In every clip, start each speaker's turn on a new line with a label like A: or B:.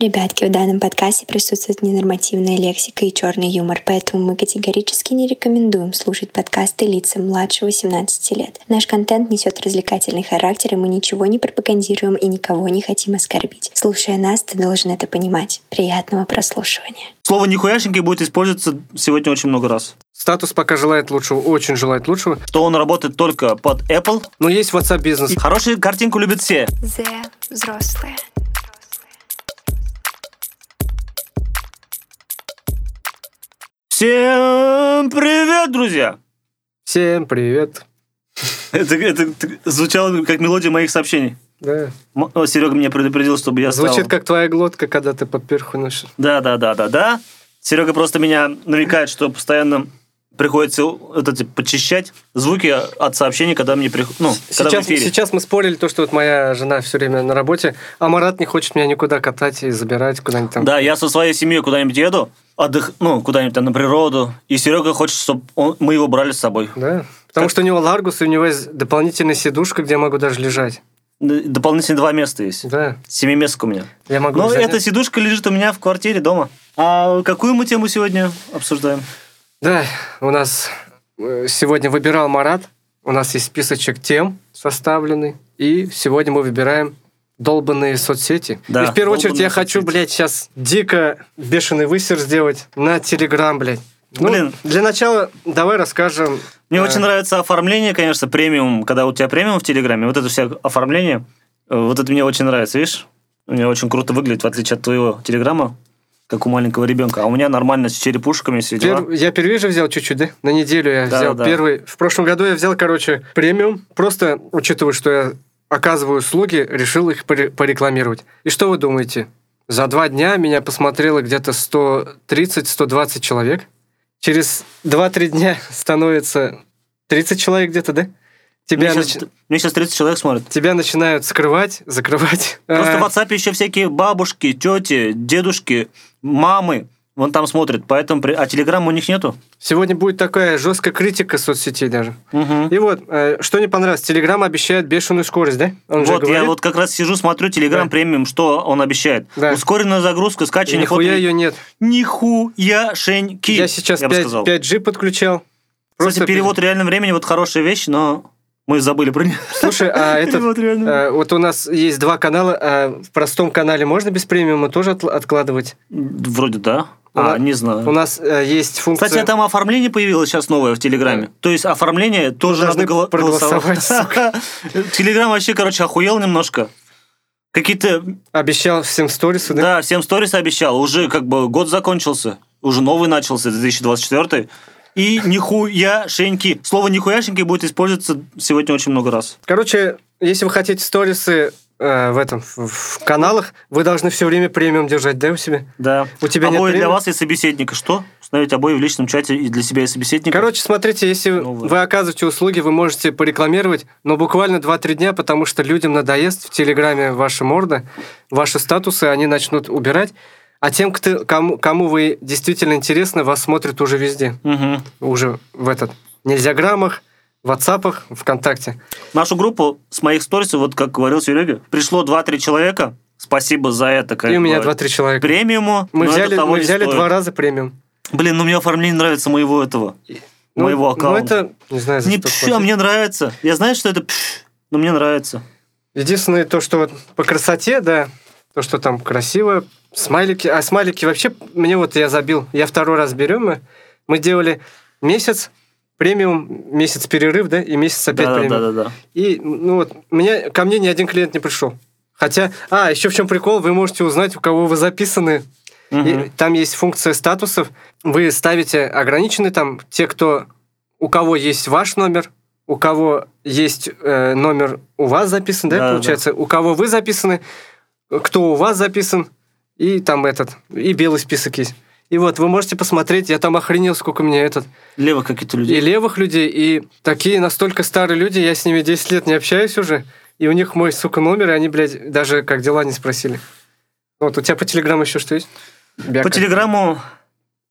A: Ребятки, в данном подкасте присутствует ненормативная лексика и черный юмор, поэтому мы категорически не рекомендуем слушать подкасты лицам младше 18 лет. Наш контент несет развлекательный характер, и мы ничего не пропагандируем и никого не хотим оскорбить. Слушая нас, ты должен это понимать. Приятного прослушивания.
B: Слово «нихуяшенький» будет использоваться сегодня очень много раз.
C: Статус пока желает лучшего, очень желает лучшего.
B: Что он работает только под Apple.
C: Но есть WhatsApp бизнес.
B: Хорошую картинку любят все.
A: The взрослые.
B: Всем привет, друзья!
C: Всем привет.
B: Это, это- это звучало как мелодия моих сообщений.
C: Да.
B: М- о, Серега меня предупредил, чтобы я стал...
C: Звучит как твоя глотка, когда ты подперху наш.
B: Да, да, да, да, да. Серега просто меня намекает, что постоянно приходится вот эти подчищать звуки от сообщений, когда мне приходит. Ну, когда в
C: Сейчас,
B: эфире.
C: сейчас мы спорили то, что вот моя жена все время на работе, а Марат не хочет меня никуда катать и забирать куда-нибудь там.
B: Да, я со своей семьей куда-нибудь еду, отдых, ну, куда-нибудь там на природу. И Серега хочет, чтобы мы его брали с собой.
C: Да. Потому что у него Ларгус, и у него есть дополнительная сидушка, где я могу даже лежать.
B: Д- Дополнительно два места есть.
C: Да.
B: Семиместка у меня.
C: Я могу
B: Но
C: лежать.
B: эта сидушка лежит у меня в квартире дома. А какую мы тему сегодня обсуждаем?
C: Да, у нас э, сегодня выбирал Марат. У нас есть списочек тем составленный. И сегодня мы выбираем долбанные соцсети.
B: Да,
C: и в первую очередь
B: долбанные
C: я хочу,
B: соцсети.
C: блядь, сейчас дико бешеный высер сделать на Телеграм, блядь. Ну,
B: Блин.
C: Для начала давай расскажем.
B: Мне
C: э,
B: очень нравится оформление, конечно, премиум, когда у тебя премиум в Телеграме, вот это все оформление, э, вот это мне очень нравится, видишь? У меня очень круто выглядит, в отличие от твоего Телеграма, как у маленького ребенка. А у меня нормально с черепушками все дела.
C: пер- Я первый же взял чуть-чуть, да? На неделю я
B: Да,
C: взял
B: да.
C: первый. В прошлом году я взял, короче, премиум. Просто учитывая, что я оказываю услуги, решил их поре- порекламировать. И что вы думаете? За два дня меня посмотрело где-то 130-120 человек. Через 2-3 дня становится 30 человек где-то, да?
B: Мне
C: Тебя,
B: сейчас,
C: нач-
B: мне сейчас 30 человек смотрит.
C: тебя начинают скрывать, закрывать.
B: Просто
C: А,
B: в WhatsApp еще всякие бабушки, тети, дедушки, мамы, вон там смотрят, поэтому... при- А Телеграма у них нету?
C: Сегодня будет такая жесткая критика соцсетей даже.
B: Мгм.
C: И вот, э, что не понравилось, Телеграм обещает бешеную скорость, да? Он же
B: Вот, я
C: говорит,
B: вот как раз сижу, смотрю Телеграм
C: Да.
B: премиум, что он обещает.
C: Да.
B: Ускоренная загрузка,
C: и
B: скачивание
C: нихуя
B: фото-
C: ее нет.
B: Нихуяшеньки.
C: Я сейчас
B: я бы
C: 5,
B: сказал.
C: 5G подключал.
B: Просто
C: Просто-
B: перевод в реальном времени вот хорошая вещь, но мы забыли про него.
C: Слушай, а этот...
B: Перевод реального
C: э, Вот у нас есть два канала. а В простом канале можно без премиума тоже отл- откладывать.
B: времени. Вроде да.
C: У
B: А,
C: нас-
B: не
C: У
B: знаю.
C: нас э, есть функция...
B: Кстати, а там оформление появилось сейчас новое в Телеграме.
C: Да.
B: То есть оформление тоже
C: должны
B: надо голо-
C: проголосовать,
B: голосовать. Телеграм вообще, короче, охуел немножко. Какие-то...
C: Обещал всем сторисы, да?
B: Да, всем сторис обещал. Уже как бы год закончился. Уже новый начался, 2024. И нихуяшеньки. Слово нихуяшеньки будет использоваться сегодня очень много раз.
C: Короче, если вы хотите сторисы э, в этом, в- в каналах, вы должны все время премиум держать, да, у себя?
B: Да.
C: У тебя нет
B: обои для
C: времени?
B: вас и собеседника. Что? Установить обои в личном чате и для себя и собеседника.
C: Короче, смотрите, если
B: Новое.
C: вы оказываете услуги, вы можете порекламировать, но буквально 2-3 дня, потому что людям надоест в Телеграме ваша морда, ваши статусы, они начнут убирать. А тем, кто- кому, кому вы действительно интересны, вас смотрят уже везде.
B: Мгм.
C: Уже в этот. Нельзя граммах, в WhatsApp, ВКонтакте.
B: Нашу группу с моих сторис, вот как говорил Серега, пришло 2-3 человека. Спасибо за это. Как
C: И у меня
B: бы.
C: 2-3 человека.
B: Премиуму.
C: Мы
B: но ну это
C: взяли,
B: того
C: мы
B: не
C: взяли
B: стоит.
C: два раза премиум.
B: Блин, ну мне оформление нравится моего этого.
C: Ну,
B: моего аккаунта.
C: Ну, это, не знаю, за
B: Не
C: что
B: пш, а
C: платить.
B: мне нравится. Я знаю, что это пш, но мне нравится.
C: Единственное то, что вот по красоте, да, то, что там красиво, смайлики. А смайлики вообще, мне вот я забил, я второй раз берем, мы, мы делали месяц премиум, месяц перерыв, да, и месяц опять
B: Да, да,
C: премиум.
B: да, да, да.
C: И, ну вот, меня, ко мне ни один клиент не пришел. Хотя, а, еще в чем прикол, вы можете узнать, у кого вы записаны. И
B: Мгм.
C: там есть функция статусов. Вы ставите ограниченный там те, кто у кого есть ваш номер, у кого есть э, номер у вас записан, да,
B: Да, да,
C: получается, у кого вы записаны, кто у вас записан, и там этот, и белый список есть. И вот вы можете посмотреть, я там охренел, сколько мне этот
B: Лево какие-то люди.
C: и левых людей, и такие настолько старые люди, я с ними 10 лет не общаюсь уже, и у них мой, сука, номер, и они, блядь, даже как дела не спросили. Вот, у тебя по Телеграму еще что есть? Бяка.
B: По телеграмму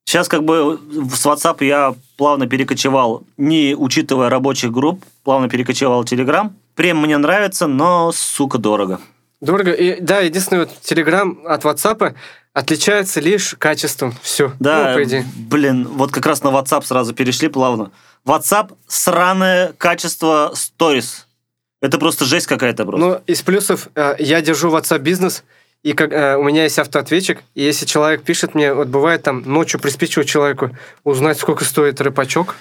B: сейчас как бы с WhatsApp я плавно перекочевал, не учитывая рабочих групп, плавно перекочевал в Telegram. Прем мне нравится, но, сука, дорого.
C: Дорого. И, да, единственное, вот Telegram от WhatsApp отличается лишь качеством. Все.
B: Да,
C: по идее.
B: блин, вот как раз на WhatsApp сразу перешли плавно. WhatsApp — сраное качество сторис. Это просто жесть какая-то просто.
C: Но Ну, из плюсов э, я держу WhatsApp бизнес, и как, э, у меня есть автоответчик, и если человек пишет мне, вот бывает там ночью приспичивает человеку узнать, сколько стоит рыбачок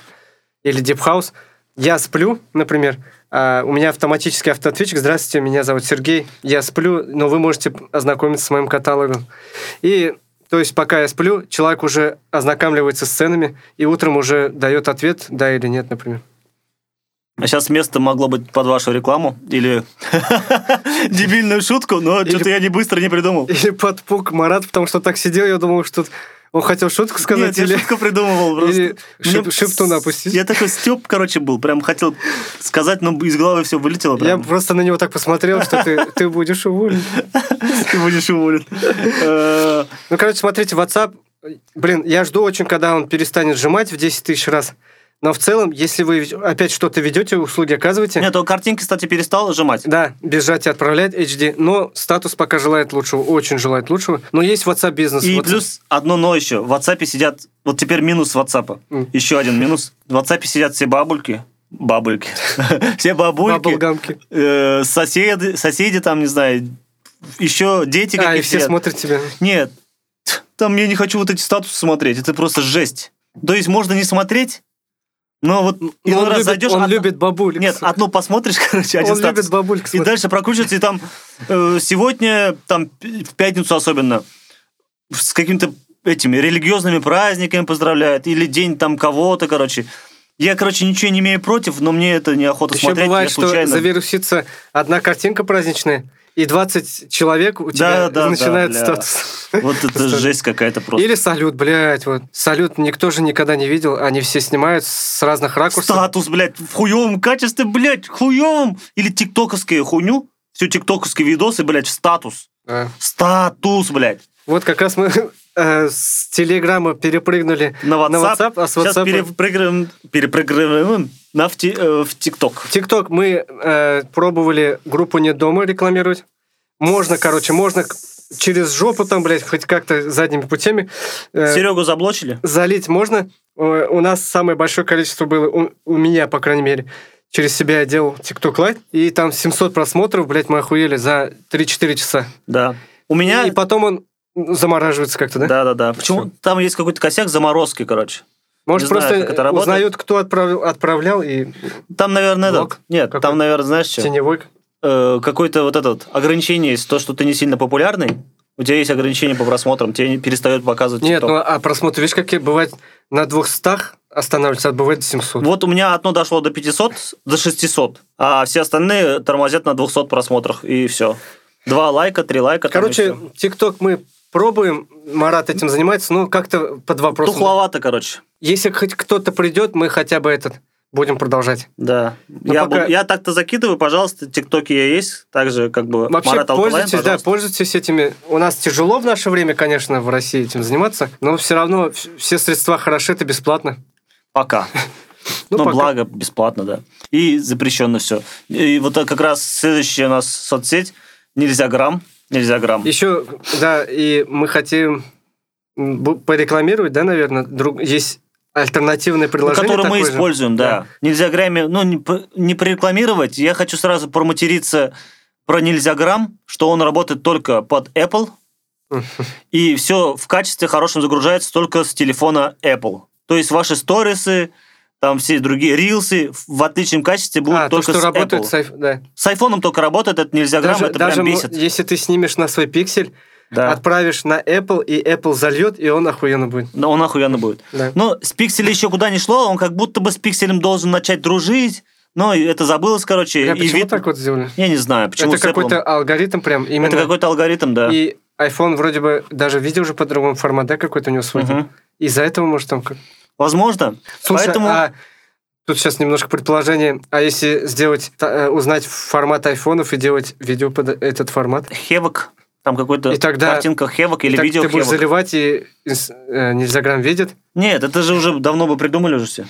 C: или дипхаус, я сплю, например, а у меня автоматический автоответчик, здравствуйте, меня зовут Сергей, я сплю, но вы можете ознакомиться с моим каталогом. И то есть пока я сплю, человек уже ознакомливается с ценами и утром уже дает ответ, да или нет, например.
B: А сейчас место могло быть под вашу рекламу или дебильную шутку, но
C: Или-
B: что-то я не быстро не придумал.
C: Или подпук Марат, потому что так сидел, я думал, что он хотел шутку сказать
B: Нет, я
C: или...
B: шутку придумывал просто.
C: Или шип,
B: Мне-
C: шиптун опустить.
B: Я такой степ, короче, был. Прям хотел сказать, но из головы все вылетело.
C: Я
B: Прям.
C: просто на него так посмотрел, что ты, ты будешь уволен.
B: Ты будешь уволен. Э,
C: Ну, короче, смотрите, WhatsApp... Блин, я жду очень, когда он перестанет сжимать в 10 тысяч раз. Но в целом, если вы ведь- опять что-то ведете, услуги оказываете...
B: Нет, он картинки, кстати, перестал нажимать.
C: Да, без сжатия отправляет HD, но статус пока желает лучшего, очень желает лучшего. Но есть WhatsApp бизнес.
B: И
C: WhatsApp.
B: плюс одно но еще. В WhatsApp сидят... Вот теперь минус WhatsApp.
C: М.
B: Еще один минус. В WhatsApp сидят все бабульки. Бабульки. Все бабульки.
C: Баблгамки.
B: э, соседы, соседи там, не знаю, еще дети
C: А, и
B: какие-то.
C: все
B: сидят.
C: смотрят тебя.
B: Нет, там я не хочу вот эти статусы смотреть, это просто жесть. То есть можно не смотреть, но вот
C: Но
B: иной
C: он
B: раз
C: любит,
B: зайдешь...
C: он
B: одно-
C: любит бабулек.
B: Нет, одну посмотришь, короче, один
C: он
B: статус.
C: любит бабулек.
B: И
C: смотреть.
B: дальше прокручивается, и там э, сегодня, там, п- в пятницу особенно, с какими-то этими религиозными праздниками поздравляют, или день там кого-то, короче. Я, короче, ничего не имею против, но мне это неохота
C: Еще
B: смотреть.
C: бывает,
B: я
C: что
B: случайно...
C: завирусится одна картинка праздничная, и 20 человек у тебя
B: да, да,
C: начинает
B: бля.
C: статус.
B: Вот это жесть какая-то просто.
C: Или салют, блядь, вот. Салют никто же никогда не видел, они все снимают с разных ракурсов.
B: Статус, блядь, в хуевом качестве, блядь, хуевом. Или тиктоковскую хуйню, все тиктоковские видосы, блядь, в статус.
C: Да.
B: Статус, блядь.
C: Вот как раз мы э, с Телеграма перепрыгнули
B: На WhatsApp.
C: на WhatsApp, а с
B: Сейчас
C: WhatsApp...
B: перепрыгиваем, перепрыгиваем на в, ти- э, в тикток.
C: ТикТок мы э, пробовали группу «Нет дома» рекламировать. Можно, короче, можно к- через жопу там, блядь, хоть как-то задними путями. э,
B: Серегу заблочили?
C: залить можно. Э, У нас самое большое количество было, у, у меня, по крайней мере, через себя я делал TikTok Lite, и там 700 просмотров, блядь, мы охуели за 3-4 часа.
B: Да. У меня...
C: И потом он замораживается как-то, да?
B: Да, да, да. Почему? Там есть какой-то косяк заморозки, короче.
C: Может,
B: не знаю,
C: просто
B: как это работает.
C: узнают, кто отправил, отправлял, и
B: Там, наверное, этот-
C: Блок?
B: Нет,
C: Какой?
B: там, наверное, знаешь что?
C: теневой.
B: Э, какое-то вот это вот ограничение есть, то, что ты не сильно популярный, у тебя есть ограничение по просмотрам, тебе не- перестает показывать
C: Нет,
B: TikTok.
C: ну а просмотры, видишь, какие бывают на 200 останавливаются, а бывает 700.
B: Вот у меня одно дошло до 500, до 600, а все остальные тормозят на 200 просмотрах, и все. Два лайка, три лайка. там и
C: Короче,
B: всё.
C: TikTok мы пробуем, Марат этим занимается, но как-то под вопросом.
B: тухловато, короче.
C: Если хоть кто-то придет, мы хотя бы этот будем продолжать.
B: Да.
C: Ну,
B: я,
C: пока-
B: буду- я так-то закидываю, пожалуйста, тиктоки я есть, также как бы
C: Вообще
B: Марат Алкалайн,
C: пользуйтесь, да,
B: пожалуйста.
C: пользуйтесь этими. У нас тяжело в наше время, конечно, в России этим заниматься, но все равно вс- все средства хороши, это бесплатно.
B: Пока.
C: Ну,
B: Ну,
C: пока.
B: благо, бесплатно, да. И запрещено все. И вот как раз следующая у нас соцсеть. Нельзя грамм. Нельзя грамм.
C: Еще, да, и мы хотим м, бу- порекламировать, да, наверное, друг... есть альтернативное
B: Ну,
C: приложение.
B: Который мы
C: такое же.
B: используем, да. Нельзя грамме, ну, не, п- не прорекламировать. Я хочу сразу проматериться про нельзя грамм, что он работает только под Apple. И все в качестве хорошем загружается только с телефона Apple. То есть ваши сторисы, там все другие рилсы в отличном качестве будут
C: А, то,
B: только
C: что
B: с
C: работает
B: Apple.
C: с айф- да.
B: С айфоном только работает, это нельзя грамм,
C: Даже,
B: это
C: даже А
B: прям
C: мо-
B: бесит.
C: если ты снимешь на свой пиксель,
B: Да.
C: отправишь на Apple, и Apple зальет, и он охуенно будет.
B: Да, он охуенно будет.
C: Да.
B: Но с пикселя еще куда ни шло, он как будто бы с пикселем должен начать дружить, но и это забылось, короче.
C: Бля,
B: и
C: почему
B: вид-
C: так вот сделали?
B: Я не знаю, почему
C: это
B: с Apple.
C: какой-то алгоритм прям именно.
B: Это какой-то алгоритм, да.
C: И iPhone вроде бы даже видео уже по-другому формат, да, какой-то у него свой.
B: Мгм.
C: Из-за этого, может, там... как-
B: Возможно.
C: Слушай,
B: Поэтому
C: а тут сейчас немножко предположение. А если сделать, та- э, узнать формат айфонов и делать видео под этот формат?
B: хевок, там какой-то
C: И тогда-
B: картинка хевок
C: И
B: или
C: так
B: видео
C: Ты будешь
B: хевок.
C: заливать, и инс- э, Нильзаграм видит.
B: Нет, это же уже давно бы придумали уже все.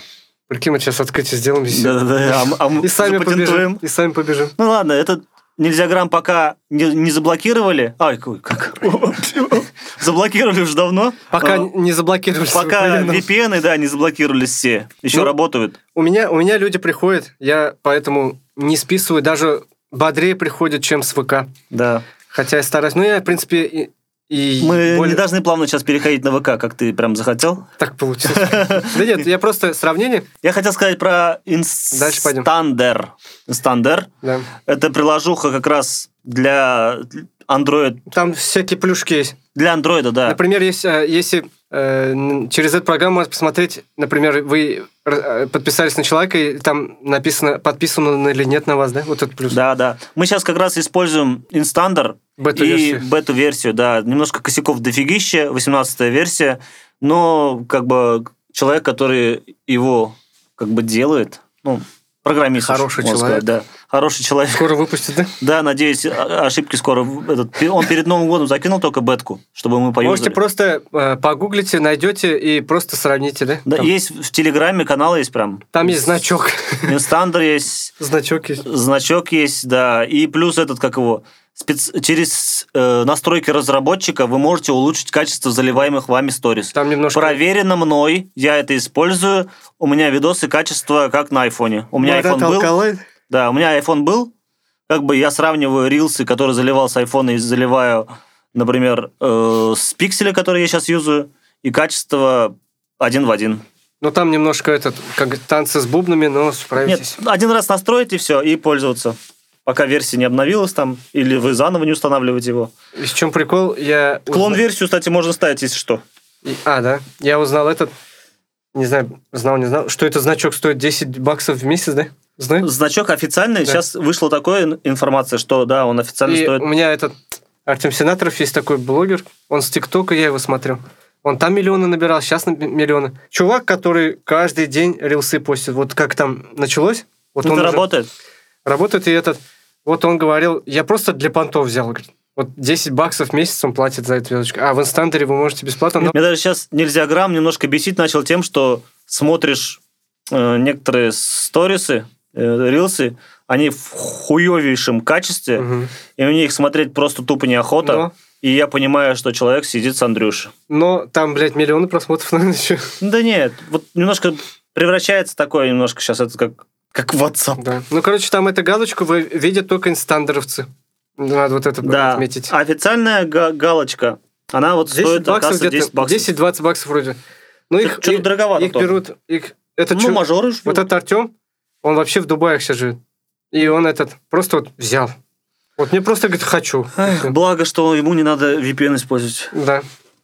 C: Прикинь, мы сейчас открытие сделаем и все.
B: Да-да-да. а м- а м-
C: И сами побежим.
B: запатентуем.
C: И сами побежим.
B: Ну ладно, это Нельзя грамм пока не, не заблокировали. Ай, ой, как? Заблокировали уже давно.
C: Пока
B: А,
C: не заблокировали. свой
B: Пока
C: VPN.
B: VPN, да, не заблокировались все. Еще
C: Ну,
B: работают.
C: У меня, у меня люди приходят, я поэтому не списываю, даже бодрее приходят, чем с ВК.
B: Да.
C: Хотя я стараюсь. Ну, я, в принципе, и, и
B: Мы
C: более-
B: не должны плавно сейчас переходить на ВК, как ты прям захотел.
C: так получилось. Да нет, я просто сравнение.
B: Я хотел сказать про
C: Дальше пойдем.
B: Инстандер. Инстандер.
C: Да.
B: Это приложуха как раз для Android.
C: Там всякие плюшки есть.
B: Для андроида, да.
C: Например, есть, э, если э, н- через эту программу можно посмотреть, например, вы э, подписались на человека, и там написано, подписан он или нет на вас, да? Вот этот плюс.
B: Да, да. Мы сейчас как раз используем инстандер и
C: Бета-версию.
B: бету-версию, да. Немножко косяков дофигища, 18-я версия, но как бы человек, который его как бы делает, ну, программист.
C: Хороший
B: можно
C: человек.
B: сказать, да. Хороший человек.
C: Скоро выпустят, да?
B: Да, надеюсь, о- ошибки скоро. в- Этот, он перед Новым годом закинул только бетку, чтобы мы поюзали.
C: Можете просто э, погуглите, найдете и просто сравните, да?
B: Да,
C: там,
B: есть в Телеграме канал есть прям.
C: там есть значок.
B: Инстандер есть,
C: Значок есть.
B: значок есть, да. И плюс этот, как его, спец- через э, настройки разработчика вы можете улучшить качество заливаемых вами сторис.
C: Там немножко...
B: Проверено мной, я это использую. У меня видосы качества как на айфоне. У меня
C: Марат
B: iPhone был.
C: Алкалай.
B: Да, у меня iPhone был. Как бы я сравниваю рилсы, которые заливал с айфона, и заливаю, например, э, с пикселя, который я сейчас юзаю, и качество один в один.
C: Ну, там немножко этот, как танцы с бубнами, но справитесь.
B: Нет, один раз настроить и все, и пользоваться. Пока версия не обновилась там, или вы заново не устанавливаете его.
C: И в чем прикол? Я... узна-
B: Клон-версию, кстати, можно ставить, если что.
C: И- А, да. Я узнал этот... Не знаю, знал, не знал, что этот значок стоит 10 баксов в месяц, да? Знаю.
B: Значок официальный,
C: Да.
B: сейчас вышла такая ин- информация, что да, он официально
C: И
B: стоит. Ну,
C: у меня этот Артем Сенаторов есть такой блогер, он с ТикТока, я его смотрю. Он там миллионы набирал, сейчас на миллионы. Чувак, который каждый день рилсы постит, вот как там началось, вот
B: Ну,
C: он
B: это
C: уже
B: работает.
C: работает, и этот, вот он говорил, я просто для понтов взял, говорит. Вот 10 баксов в месяц он платит за эту звездочку. А в инстандере вы можете бесплатно, но
B: Меня даже сейчас нельзя грамм немножко бесить начал тем, что смотришь э, некоторые сторисы, э, рилсы, они в хуевейшем качестве,
C: Мгм. Ну.
B: и мне их смотреть просто тупо неохота.
C: Но-
B: И я понимаю, что человек сидит с Андрюшей.
C: но там, блядь, миллионы просмотров на еще.
B: Да нет, вот немножко превращается такое немножко сейчас это как как WhatsApp.
C: Да. Ну, короче, там эту галочку вы видят только инстандеровцы. Надо вот это
B: Да.
C: отметить.
B: А Официальная га- галочка, она вот
C: 10
B: стоит
C: баксов
B: оказывается
C: где-то,
B: 10 баксов.
C: 10-20 баксов вроде. Ну, их,
B: Что-то
C: их-
B: дороговато.
C: их
B: тоже.
C: берут, их, это
B: ну,
C: чё-
B: мажоры ж
C: вот
B: берут.
C: этот Артем, он вообще в Дубаях сейчас живет. И он этот просто вот взял. Вот мне просто, говорит, хочу.
B: Эх, Благо, что ему не надо VPN использовать.
C: Да,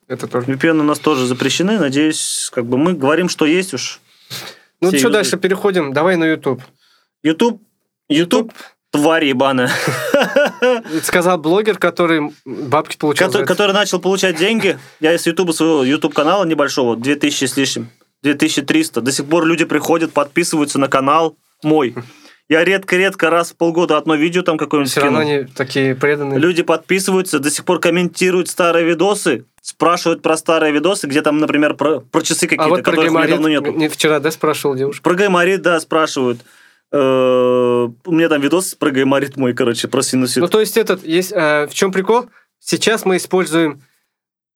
C: это тоже.
B: VPN у нас тоже запрещены. Надеюсь, как бы мы говорим, что есть уж.
C: Ну,
B: Все
C: что
B: YouTube.
C: дальше, переходим, давай на YouTube.
B: YouTube, YouTube, тварь ебаная,
C: Это сказал блогер, который бабки получал за
B: который,
C: это.
B: который начал получать деньги. Я из YouTube своего YouTube канала небольшого, 2000 с лишним, 2300. До сих пор люди приходят, подписываются на канал мой. Я редко-редко раз в полгода одно видео там какое-нибудь
C: Все равно
B: скину.
C: они такие преданные.
B: Люди подписываются, до сих пор комментируют старые видосы, спрашивают про старые видосы, где там, например, про, про часы какие-то,
C: а вот про
B: которых у меня
C: гайморит,
B: давно нету.
C: мне вчера, да, спрашивал девушка?
B: Про гайморит, да, спрашивают. Э, У меня там видос про гайморит мой, короче, про
C: Ну,
B: синусит.
C: то есть этот, есть, э, в чем прикол? Сейчас мы используем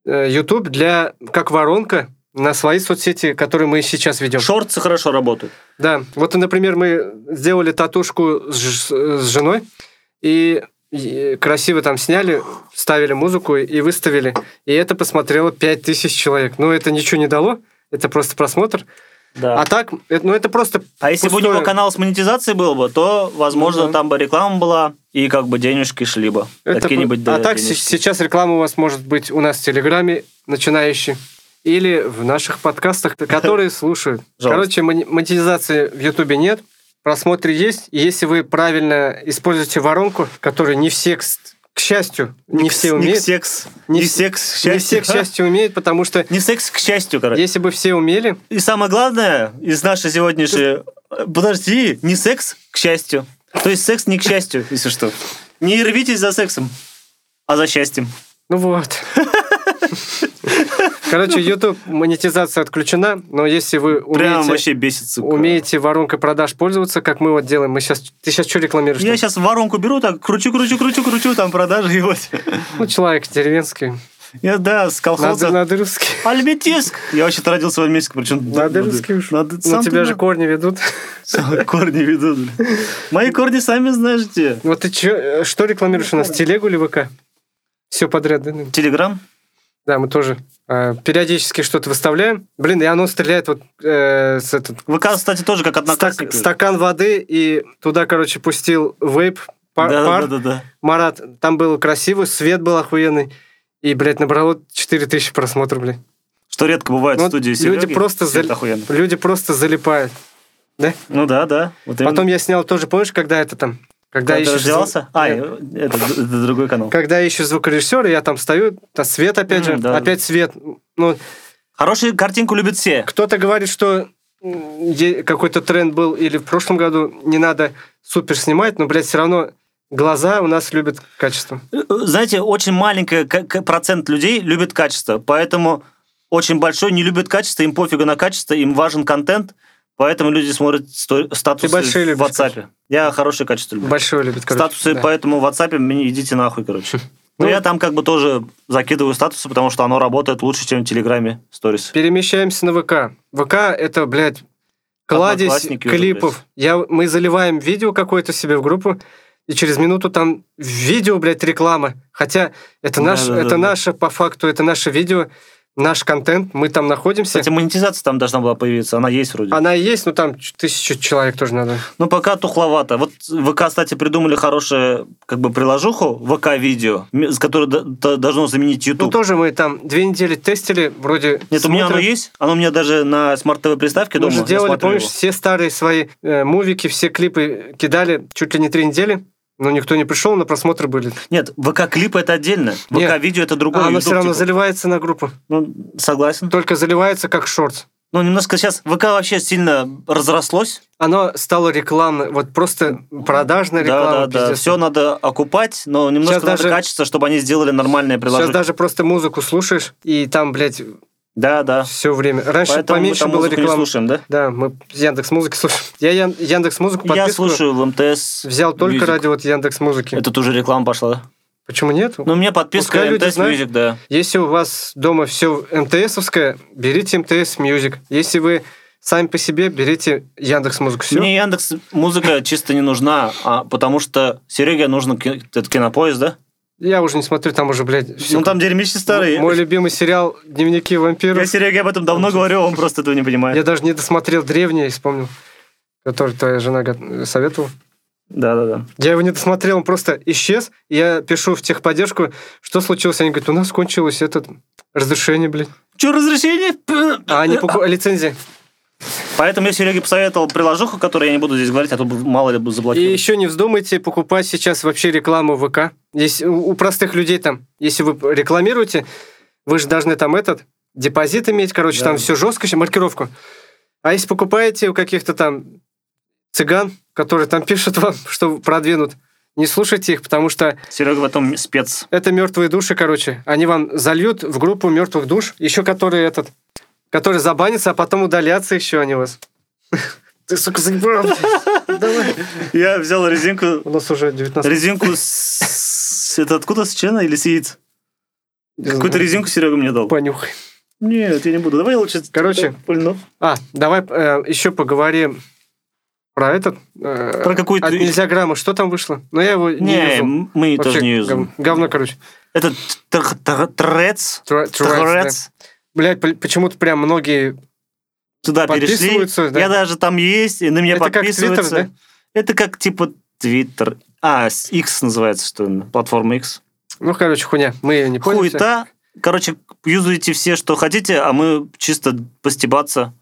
C: э, YouTube для, как воронка, на свои соцсети, которые мы сейчас ведем.
B: Шорты хорошо работают.
C: Да, вот, например, мы сделали татушку с, ж- с женой, и, и красиво там сняли, ставили музыку и выставили. И это посмотрело 5000 человек. Но это ничего не дало, это просто просмотр.
B: Да.
C: А так, это- ну это просто...
B: А если бы у
C: пустое.
B: него канал с монетизацией был бы, то, возможно,
C: Ну да.
B: там бы реклама была, и как бы денежки шли бы.
C: это
B: Какие-нибудь
C: про- а
B: да,
C: так се-
B: денежки.
C: сейчас реклама у вас может быть у нас в Телеграме, начинающий, или в наших подкастах, которые слушают.
B: Пожалуйста.
C: Короче, мони- монетизации в Ютубе нет, просмотры есть. И если вы правильно используете воронку, которую не все, к с- к счастью, не все
B: Не
C: умеют.
B: секс.
C: Не
B: Не
C: вс-
B: секс, к
C: Не все, к
B: счастью.
C: счастью, умеют, потому что
B: Не секс, к счастью, короче.
C: если бы все умели,
B: И самое главное из нашей сегодняшней... Э, Подожди, не секс, к счастью. То есть секс не к счастью, если что. Не рвитесь за сексом, а за счастьем.
C: ну вот. ну Короче, YouTube монетизация отключена, но если вы
B: Прям
C: умеете,
B: вообще бесит, сука.
C: умеете воронкой продаж пользоваться, как мы вот делаем, мы сейчас... Ты сейчас что рекламируешь?
B: Я
C: там?
B: сейчас воронку беру, так кручу, кручу, кручу, кручу, там продажи и вот.
C: Ну, человек деревенский.
B: Я, да, с
C: Надо,
B: колхоза.
C: надо русский.
B: Альметьевск! Я вообще-то родился в Альметьевске, причем...
C: Надо русский уж.
B: Надо,
C: Но
B: сам
C: тебя
B: ты
C: же
B: знаешь.
C: корни ведут.
B: Сам Корни ведут. блин. Мои корни сами знаешь где.
C: Вот ты чё, э, что рекламируешь у нас? Телегу или ВК? Все подряд, да? ну?
B: Телеграм?
C: Да, мы тоже э, периодически что-то выставляем. Блин, и оно стреляет вот э, с этот
B: ВК, кстати, тоже как
C: стак-
B: одноклассник.
C: стакан воды, и туда, короче, пустил вейп, пар, пар.
B: Да, да, да, да.
C: Марат, там было красиво, свет был охуенный. И, блядь, набрало 4000 просмотров, блядь.
B: Что редко бывает
C: Ну,
B: в студии
C: люди
B: Серёги.
C: просто
B: Свет
C: зал-
B: охуенно.
C: Люди просто залипают.
B: Ну да, да. Вот именно.
C: Потом я снял тоже, помнишь, когда это там? Когда,
B: Когда
C: ищешь зву-
B: раздевался? А,
C: Нет.
B: это, это другой канал.
C: Когда я ищу звукорежиссера, я там стою, да, свет опять
B: М,
C: же,
B: да.
C: опять свет. Ну,
B: Хорошую картинку любят все.
C: кто-то говорит, что м, е- какой-то тренд был или в прошлом году не надо супер снимать, но, блядь, все равно глаза у нас любят качество.
B: Знаете, очень маленький к- к- процент людей любит качество, поэтому очень большой не любит качество, им пофигу на качество, им важен контент, поэтому люди смотрят сто- статусы
C: большие
B: в
C: любишь
B: WhatsApp. Я хорошее качество люблю.
C: Большое любят, короче.
B: статусы,
C: да.
B: поэтому в WhatsApp мне идите нахуй, короче. Но
C: Ну,
B: я там как бы тоже закидываю статусы, потому что оно работает лучше, чем в Телеграме сторис.
C: Перемещаемся на ВК. ВК это, блядь, кладезь
B: Одноклассники уже,
C: клипов. Я, мы заливаем видео какое-то себе в группу, и через минуту там видео, блядь, реклама. Хотя это,
B: Да,
C: наш,
B: да, да,
C: это
B: да.
C: наше, по факту, это наше видео, наш контент, мы там находимся.
B: Кстати, монетизация там должна была появиться, она есть вроде.
C: Она и есть, но там ч- тысячу человек тоже надо.
B: Но пока тухловато. Вот ВК, кстати, придумали хорошее как бы приложуху, ВК-видео, м- с которой д- д- должно заменить YouTube.
C: Ну, тоже мы там две недели тестили, вроде...
B: Нет, у меня оно
C: смотрим.
B: есть. Оно у меня даже на смарт-ТВ приставке
C: Мы
B: дома.
C: же
B: я
C: делали,
B: смотрю
C: помнишь,
B: его.
C: все старые свои э, мувики, все клипы кидали чуть ли не три недели, но никто не пришел, на просмотры были.
B: Нет, ВК-клипы это отдельно.
C: Нет.
B: ВК-видео это
C: А
B: другое.
C: оно
B: YouTube,
C: все равно
B: типа.
C: заливается на группу.
B: Ну, согласен.
C: Только заливается как шорт.
B: Ну, немножко сейчас ВК вообще сильно разрослось.
C: Оно стало рекламное, вот просто продажная реклама.
B: да, да, да.
C: пиздец.
B: Все надо окупать, но немножко
C: Сейчас
B: надо
C: даже-
B: качество, чтобы они сделали нормальное
C: Сейчас
B: приложение.
C: даже просто музыку слушаешь, и там, блядь,
B: Да, да.
C: все время. Раньше
B: Поэтому мы
C: поменьше
B: там
C: было
B: музыку не
C: рекламы.
B: слушаем, да?
C: Да, мы Яндекс музыки слушаем. Я Ян- Яндекс музыку
B: Я слушаю в МТС.
C: Взял только
B: Music.
C: ради вот Яндекс музыки.
B: Это тоже реклама пошла.
C: Почему нет?
B: Ну, у меня подписка
C: Пускай люди
B: МТС
C: знают.
B: Music, да.
C: Если у вас дома все МТСовское, берите МТС Мьюзик. Если вы сами по себе, берите Яндекс Музыку. Все.
B: Мне Яндекс музыка чисто не нужна, а потому что Сереге нужен ки- этот кинопоезд, да?
C: Я уже не смотрю, там уже, блядь, всё.
B: ну там дерьмище старый.
C: Мой любимый сериал «Дневники
B: Я
C: вампиров».
B: Сереге об этом давно говорю, он просто этого не
C: Я
B: понимает.
C: даже не досмотрел «Древние», вспомнил, который твоя жена го- советовала.
B: Да, да, да.
C: Я его не досмотрел, он просто исчез. Я пишу в техподдержку, что случилось. Они говорят, у нас кончилось это разрешение, блядь.
B: Че, разрешение?
C: А они поку- лицензия.
B: Поэтому я Сереге посоветовал приложуху, которую я не буду здесь говорить, а то бы мало ли бы
C: И
B: заблокировали.
C: еще не вздумайте покупать сейчас вообще рекламу в ВК. Если, у у простых людей там, если вы рекламируете, вы же должны там этот депозит иметь, короче,
B: Да.
C: там все жестко, ща, маркировку. А если покупаете у каких-то там цыган, которые там пишут вам, что продвинут, не слушайте их, потому что
B: Серега в этом спец.
C: это мертвые души, короче. Они вам зальют в группу мертвых душ, еще которые этот, которые забанятся, а потом удалятся еще они у вас. Ты, сука, заебал. Давай.
B: Я взял резинку,
C: У нас уже 19
B: резинку с... Это откуда, с члена или с яиц?
C: Не
B: Какую-то
C: знаю.
B: резинку Серега мне дал.
C: Э, Понюхай.
B: Нет, я не буду. Давай я лучше...
C: Короче.
B: пульну.
C: А, давай еще поговорим про этот. э,
B: Про какую-то...
C: от нельзя грамма. Что там вышло? Но я его не,
B: Не,
C: юзал.
B: м- мы
C: Вообще
B: тоже не юзаем.
C: гов- Говно, короче.
B: Это тр- тр- трец.
C: Тра- Трец,
B: Трец.
C: да. Блядь, пл- почему-то прям многие...
B: Туда перешли.
C: Подписываются, да.
B: Я даже там есть, и на меня
C: Это как Twitter,
B: подписываются.
C: да?
B: Это как типа Твиттер. А, с- X называется, что ли, платформа X.
C: Ну, короче, хуйня. Мы ее не поняли.
B: Хуета. Короче, юзайте все, что хотите, а мы чисто постебаться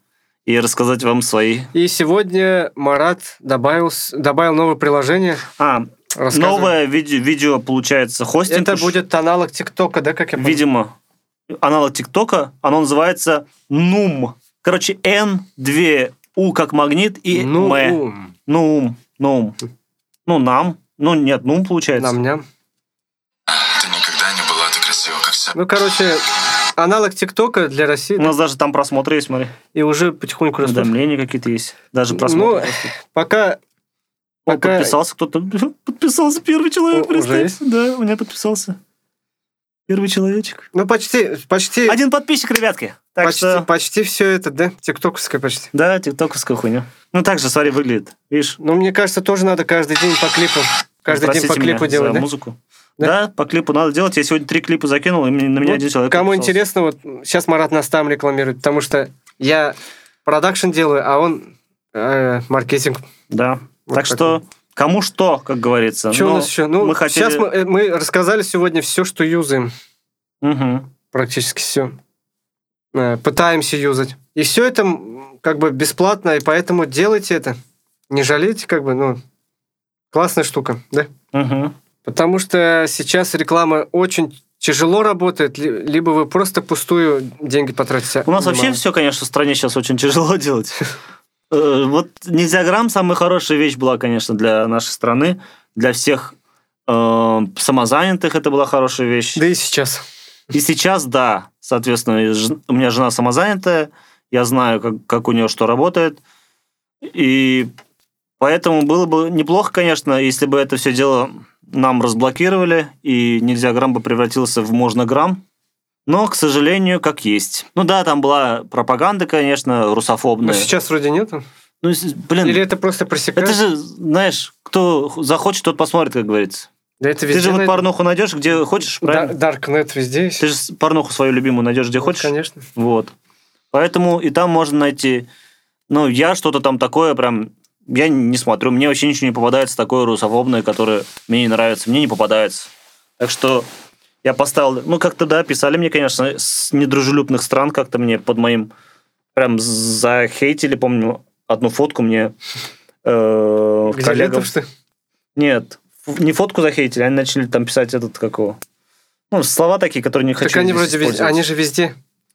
B: и рассказать вам свои.
C: И сегодня Марат добавил, с- добавил новое приложение.
B: А,
C: Рассказывай.
B: новое видео, видео получается хостинг.
C: Это
B: уж,
C: будет аналог ТикТока, да, как я понял?
B: Видимо, аналог ТикТока. Оно называется Нум. Короче, N, 2 У как магнит и
C: Ну,
B: М.
C: ум.
B: Ну, ум, ну, ум. Ну, нам. Ну, нет, ну, ум получается.
C: Нам-ням.
D: Ты никогда не была так красива, как вся.
C: Ну, короче, Аналог ТикТока для России.
B: У нас даже там просмотры есть, смотри.
C: И уже потихоньку растут.
B: Уведомления какие-то есть. Даже просмотры.
C: Ну,
B: растут.
C: Пока...
B: О,
C: пока-
B: подписался кто-то. Подписался первый человек,
C: О, уже
B: представь.
C: есть?
B: Да, у меня подписался. Первый человечек.
C: Ну, почти, почти,
B: Один подписчик, ребятки. Так
C: почти,
B: что...
C: почти все это, да? Тиктоковское почти.
B: Да, тиктоковская хуйня. Ну, так же, смотри, выглядит. Видишь?
C: Ну, мне кажется, тоже надо каждый день по клипу. Каждый
B: Простите
C: день по клипу
B: меня
C: делать,
B: за
C: да?
B: музыку.
C: Да?
B: Да? по клипу надо делать. Я сегодня три клипа закинул, и мне- на меня
C: Ну,
B: один человек
C: Кому
B: подписался.
C: интересно, вот сейчас Марат нас там рекламирует, потому что я продакшн делаю, а он э, маркетинг.
B: Да.
C: Вот
B: так
C: так
B: что, кому что, как говорится.
C: Что
B: Но
C: у нас еще? Ну,
B: мы хотели-
C: сейчас мы, э, мы рассказали сегодня все, что юзаем.
B: Мгм.
C: Практически все. Пытаемся юзать. И все это м, как бы бесплатно, и поэтому делайте это. Не жалейте, как бы, ну, классная штука, да?
B: Мгм.
C: Потому что сейчас реклама очень тяжело работает, ли- либо вы просто пустую деньги потратите.
B: У нас
C: Мало.
B: вообще все, конечно, в стране сейчас очень тяжело делать. Э, Вот нельзяграмм самая хорошая вещь была, конечно, для нашей страны, для всех э, самозанятых это была хорошая вещь.
C: Да и сейчас.
B: И сейчас, да, соответственно, и ж- у меня жена самозанятая, я знаю, как, как у нее что работает. И поэтому было бы неплохо, конечно, если бы это все дело нам разблокировали, и нельзя грамм бы превратился в можно грамм. Но, к сожалению, как есть. Ну да, там была пропаганда, конечно,
C: Но
B: русофобная.
C: Ну, сейчас вроде нету.
B: Ну, с- блин,
C: Или это просто пресекают?
B: это же, знаешь, кто х- захочет, тот посмотрит, как говорится.
C: Да это
B: Ты
C: везде
B: же вот
C: най-
B: порнуху найдешь, где хочешь,
C: Да-
B: правильно?
C: Даркнет везде есть.
B: Ты же с- порнуху свою любимую найдешь, где
C: Вот,
B: хочешь.
C: Конечно.
B: Вот. Поэтому и там можно найти... Ну, я что-то там такое прям... Я не смотрю, мне вообще ничего не попадается такое русофобное, которое мне не нравится, мне не попадается. Так что я поставил... Ну, как-то, да, писали мне, конечно, с недружелюбных стран как-то мне под моим... Прям захейтили, помню, одну фотку мне э,
C: Где
B: коллега-
C: лето, что ли?
B: Нет, ф- не фотку захейтили, они начали там писать этот какого... Ну, слова такие, которые не хочу
C: Так они
B: здесь
C: вроде везде,
B: использовать.
C: они же везде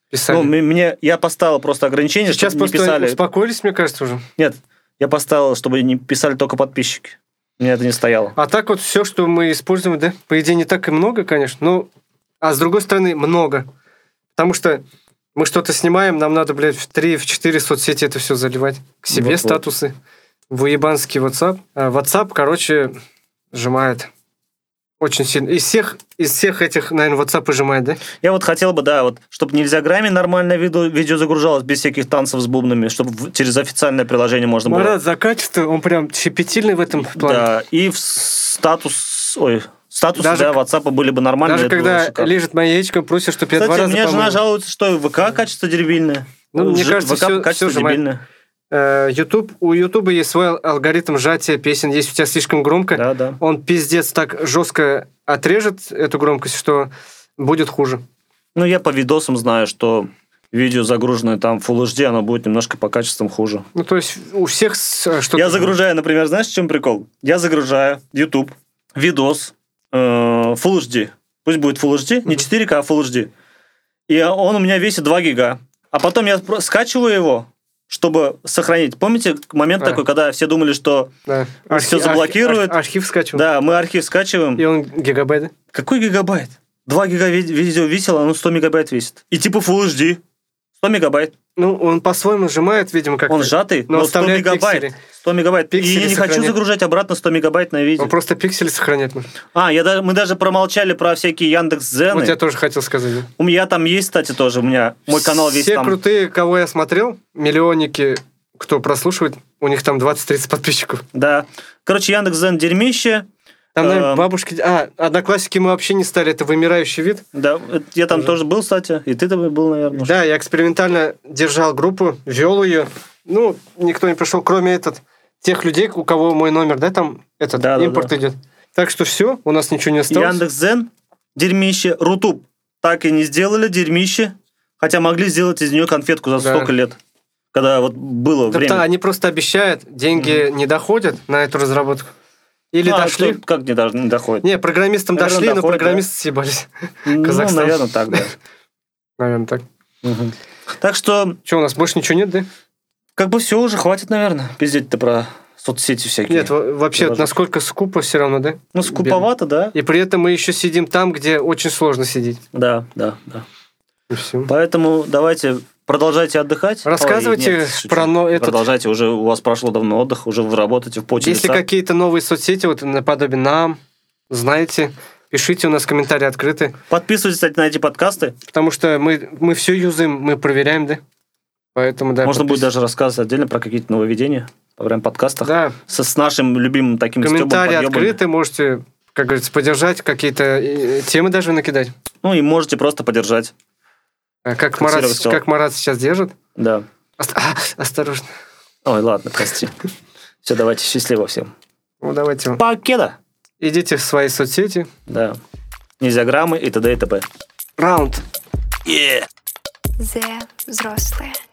C: писали.
B: Ну, м- мне, я поставил просто ограничение,
C: сейчас
B: чтобы не
C: просто
B: писали.
C: успокоились, мне кажется, уже.
B: Нет, я поставил, чтобы не писали только подписчики. У меня это не стояло.
C: А так вот все, что мы используем, да, по идее, не так и много, конечно, но... А с другой стороны, много. Потому что мы что-то снимаем, нам надо, блядь, в 3-4 соцсети это все заливать. К себе
B: Вот-вот.
C: статусы. В уебанский WhatsApp. А WhatsApp, короче, сжимает. Очень сильно. Из всех, из всех этих, наверное, WhatsApp и сжимает, да?
B: Я вот хотел бы, да, вот, чтобы нельзя грамме нормально видео, видео загружалось без всяких танцев с бубнами, чтобы через официальное приложение можно было.
C: Марат за качество, он прям щепетильный в этом плане.
B: да, и в статус, ой, статусы,
C: Даже
B: да,
C: к-
B: WhatsApp были бы нормально.
C: Даже
B: это было бы
C: когда
B: шикарно.
C: лежит моя яичко, просит, чтобы я
B: Кстати,
C: два
B: у
C: раза
B: меня жена
C: помыл.
B: жалуется, что ВК качество деревильное.
C: Ну, мне
B: Ж-
C: кажется,
B: ВК
C: всё-
B: качество
C: всё сжимает.
B: деревильное.
C: Э, YouTube, у Ютуба есть свой ал- алгоритм сжатия песен. Если у тебя слишком громко,
B: Да, да.
C: он пиздец так жестко отрежет эту громкость, что будет хуже.
B: Ну, я по видосам знаю, что видео, загруженное там в Full HD, оно будет немножко по качествам хуже.
C: Ну, то есть у всех с- э, что-то...
B: Я загружаю, например, знаешь, в чем прикол? Я загружаю YouTube, видос, э, Full HD. Пусть будет Full HD, не
C: Мгм.
B: 4К, а Full HD. И он у меня весит 2 гига. А потом я про- скачиваю его, чтобы сохранить. Помните момент
C: А.
B: такой, когда все думали, что
C: Да.
B: Всё
C: архи-
B: заблокирует.
C: архи- архив скачивал.
B: да, мы архив скачиваем.
C: И он гигабайт.
B: Какой гигабайт? 2 гига ви- видео висело, оно 100 мегабайт весит. И типа Full HD. 100 мегабайт.
C: Ну, он по-своему сжимает, видимо, как-то.
B: Он сжатый, но, 100
C: оставляет
B: мегабайт.
C: Ну, пиксели.
B: 100 мегабайт. и
C: Пиксели Ну,
B: я не хочу
C: сохраняет.
B: загружать обратно 100 мегабайт на видео.
C: Он просто пиксели сохраняет. Ну, может.
B: А, я да- мы даже промолчали про всякие Яндекс Дзены.
C: Вот я тоже хотел сказать. да.
B: У меня там есть, кстати, тоже. У меня мой канал весь
C: Все
B: там.
C: крутые, кого я смотрел, миллионники, кто прослушивает, у них там 20-30 подписчиков.
B: Да. Короче, Яндекс Дзен дерьмище.
C: Там, наверное,
B: Эм.
C: бабушки... А, одноклассники мы вообще не стали, это вымирающий вид.
B: Да, это- я там
C: Тоже.
B: тоже был, кстати. И ты там был, наверное.
C: Да, я экспериментально держал группу, вел ее. Ну, никто не пришел, кроме этот, тех людей, у кого мой номер, да, там этот
B: Да, да,
C: импорт идет. Так что все, у нас ничего не осталось.
B: Яндекс Дзен дерьмище. Рутуб так и не сделали дерьмище. Хотя могли сделать из нее конфетку за
C: Да.
B: столько лет. Когда вот было
C: Да,
B: время.
C: да, они просто обещают, деньги не доходят на эту разработку. Или
B: А,
C: дошли.
B: что, как не, даже не доходит?
C: Не, программистам
B: Наверное,
C: дошли, но
B: доходят, да.
C: программисты съебались.
B: ну,
C: Казахстан.
B: наверное, так, да.
C: Наверное, так.
B: Мгм. Так что
C: Что, у нас больше ничего нет, да?
B: Как бы все уже хватит, наверное, пиздеть-то про соцсети всякие.
C: Нет, во- вообще,
B: Приложу.
C: насколько скупо все равно, да?
B: ну, скуповато, да?
C: И при этом мы еще сидим там, где очень сложно сидеть.
B: Да, да, да.
C: И всё.
B: Поэтому давайте продолжайте отдыхать.
C: Рассказывайте
B: Ой, нет, шучу.
C: про но- этот-
B: Продолжайте, уже у вас прошло давно отдых, уже вы работаете в поте
C: Если
B: лица.
C: какие-то новые соцсети, вот наподобие нам, знаете, пишите, у нас комментарии открыты.
B: Подписывайтесь, кстати, на эти подкасты.
C: Потому что мы, мы все юзаем, мы проверяем, да? Поэтому, да.
B: Можно будет
C: подпис-
B: даже рассказывать отдельно про какие-то нововведения во время подкастов.
C: Да,
B: Со- С, нашим любимым таким стёбом,
C: комментарии
B: подъёбами.
C: открыты, можете, как говорится, поддержать, какие-то э, темы даже накидать.
B: Ну и можете просто поддержать.
C: А Как,
B: Как
C: Марат,
B: Серёга сказал.
C: как Марат сейчас держит.
B: Да.
C: Ост- а, осторожно.
B: Ой, ладно, прости. Все, давайте, счастливо всем.
C: Ну, давайте.
B: Покеда!
C: Идите в свои соцсети.
B: Да. Нельзя граммы и т.д. и т.п.
C: Раунд.
A: The взрослые.